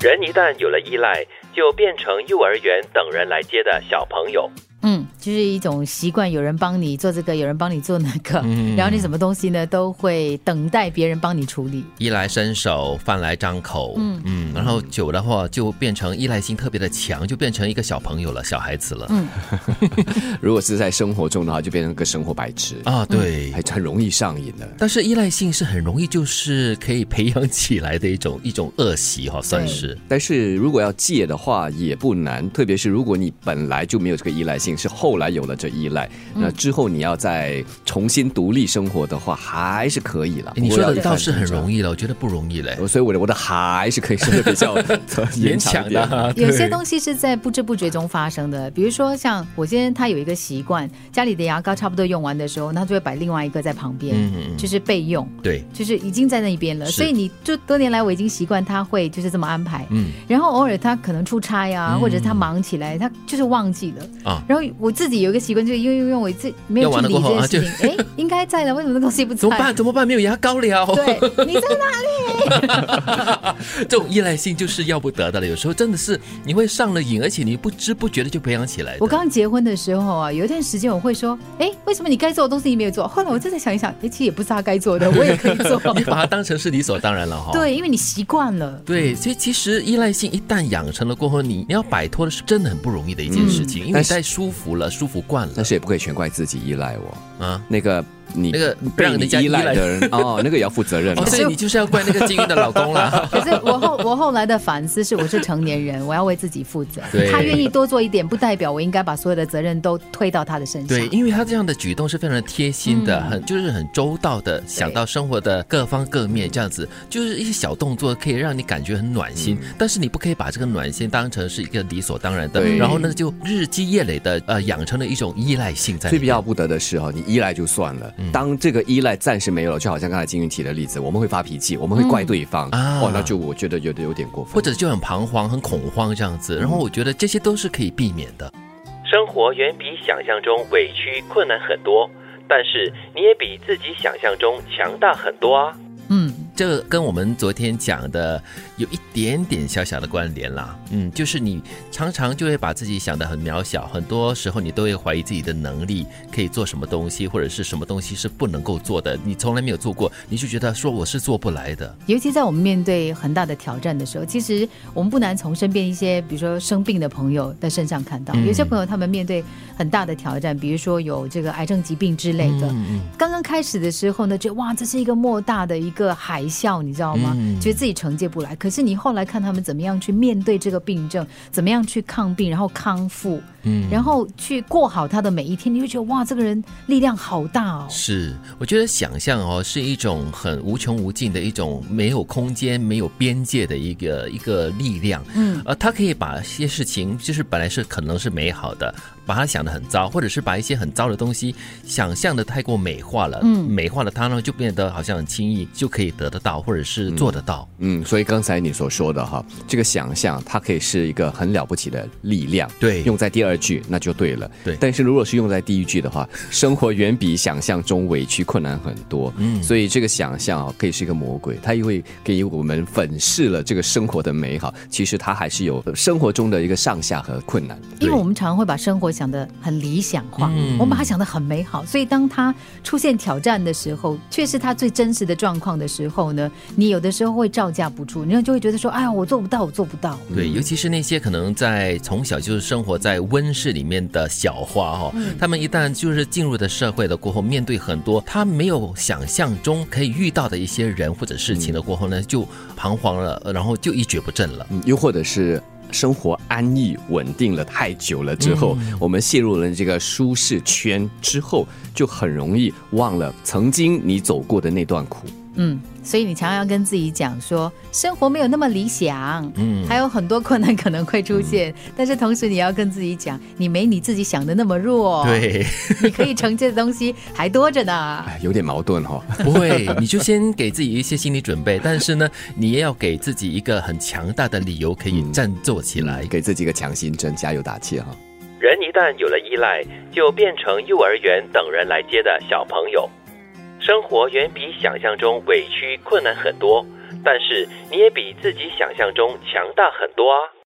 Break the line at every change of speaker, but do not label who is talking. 人一旦有了依赖，就变成幼儿园等人来接的小朋友。
嗯，就是一种习惯，有人帮你做这个，有人帮你做那个，
嗯
然后你什么东西呢，都会等待别人帮你处理。
衣来伸手，饭来张口，
嗯
嗯然后久的话就变成依赖性特别的强，就变成一个小朋友了，小孩子了。
嗯
如果是在生活中的话，就变成个生活白痴，
啊，对。
很很容易上瘾的。
但是依赖性是很容易，就是可以培养起来的一种一种恶习哈、算是。
但是如果要戒的话也不难，特别是如果你本来就没有这个依赖性，是后来有了这依赖，
嗯
那之后你要再重新独立生活的话，还是可以了。
哎你说的倒是很
易。
容易了，我觉得不容易嘞。
我所以我的我的还是可以说的比较呃
勉
勉强
强
一
的
点。
啊，
有些
对
东西是在不知不觉中发生的，比如说像我先生他有一个习惯，家里的牙膏差不多用完的时候，他就会摆另外一个在旁边，
嗯嗯嗯
就是备用，
对，
就是已经在那边了。
是
所以你就多年来我已经习惯他会就是这么安排。
嗯
然后偶尔他可能出差呀、
嗯
或者他忙起来，他就是忘记了。
啊
然后我自己有一个习惯，就是因为因为我自己没有
用
去
完了
理
过后
这件事
啊
情，哎、应该在了，为什么那东西不 在？
怎么办？怎么办？没有牙膏了。
哎 对，你在哪？
这种依赖性就是要不得的了。有时候真的是你会上了瘾，而且你不知不觉的就培养起来的。
我刚结婚的时候啊，有一段时间我会说，哎，为什么你该做的东西你没有做？后来我真的想一想，哎，其实也不是他该做的，我也可以做。
你把它当成是理所当然了哈、。
对，因为你习惯了。
对，所以其实依赖性一旦养成了过后，你你要摆脱的是真的很不容易的一件事情，因为
嗯但
你
是
太舒服了，舒服惯了
但是也不可以全怪自己依赖我。
啊。
那个你
那个
被
让
你
人家
依
依赖
赖的人哦，那个也要负责任
哦，
嘛。
所以你就是要怪那个金鱼的老公啦。
可是我后我后来的反思是，我是成年人，我要为自己负责
对。
他愿意多做一点，不代表我应该把所有的责任都推到他的身上。
对，因为他这样的举动是非常的贴心的，
嗯
很就是很周到的，想到生活的各方各面，这样子就是一些小动作可以让你感觉很暖心，
嗯
但是你不可以把这个暖心当成是一个理所当然的，
对
然后呢就日积月累的呃养成了一种依赖性在里
最
面。
比较不得的是哦，你依赖就算了，
嗯
当这个依赖暂时没有了，就好像刚才金云提的例子，我们会发脾气，我们会怪对方，
啊
哦，那就我觉得有点有点过分。
或者就很彷徨、很恐慌这样子，然
嗯
后我觉得这些都是可以避免的。
生活远比想象中委屈困难很多，但是你也比自己想象中强大很多啊。
嗯，
这跟我们昨天讲的有一点点小小的关联啦。嗯，就是你常常就会把自己想得很渺小，很多时候你都会怀疑自己的能力可以做什么东西，或者是什么东西是不能够做的，你从来没有做过，你就觉得说我是做不来的。
尤其在我们面对很大的挑战的时候，其实我们不难从身边一些，比如说生病的朋友的身上看到，
嗯
有些朋友他们面对很大的挑战，比如说有这个癌症疾病之类的。
嗯
刚刚开始的时候呢，觉得哇，这是一个莫大的一个海啸，你知道吗？
嗯
觉得自己承接不来。可是你后来看他们怎么样去面对这个病症，怎么样去抗病，然后康复，
嗯
然后去过好他的每一天，你会觉得哇，这个人力量好大哦。
是，我觉得想象哦是一种很无穷无尽的一种没有空间、没有边界的一个一个力量。
嗯，
呃，它可以把一些事情，就是本来是可能是美好的，把它想得很糟，或者是把一些很糟的东西想象的太过美化了。
嗯
美化了它呢，就变得好像很轻易就可以得得到，或者是做得到。
嗯，所以刚才你所说的哈，这个想象它可以是一个很了不起的力量，
对
用在第二句那就对了，
对
但是如果是用在第一句的话，生活远比想象中委屈困难很多，嗯，所以这个想象啊可以是一个魔鬼，它也会给我们粉饰了这个生活的美好，其实它还是有生活中的一个上下和困难，
因为我们常常会把生活想得很理想化，
嗯
我们把它想得很美好，所以当它出现挑战的时候，却是它最真实的状况的时候呢，你有的时候会招架不住，你就会觉得说，哎呀，我做不到，我做不到。
对，尤其是那些可能在从小就是生活在温室里面的小花哦，
嗯
他们一旦就是进入的社会了过后，面对很多他没有想象中可以遇到的一些人或者事情了过后呢，就彷徨了，呃然后就一蹶不振了。
嗯，又或者是生活安逸稳定了太久了之后，我们陷入了这个舒适圈之后，就很容易忘了曾经你走过的那段苦。
嗯，所以你常常要跟自己讲说，生活没有那么理想，嗯，还有很多困难可能会出现，
嗯
但是同时你要跟自己讲，你没你自己想的那么弱，，
对，
你可以承接的东西还多着呢。
哎，有点矛盾哈、
不会，你就先给自己一些心理准备，但是呢，你也要给自己一个很强大的理由可
嗯
以振作起来。
给自己一个强心针，加油打气哈、
人一旦有了依赖，就变成幼儿园等人来接的小朋友。生活远比想象中委屈困难很多，但是你也比自己想象中强大很多啊。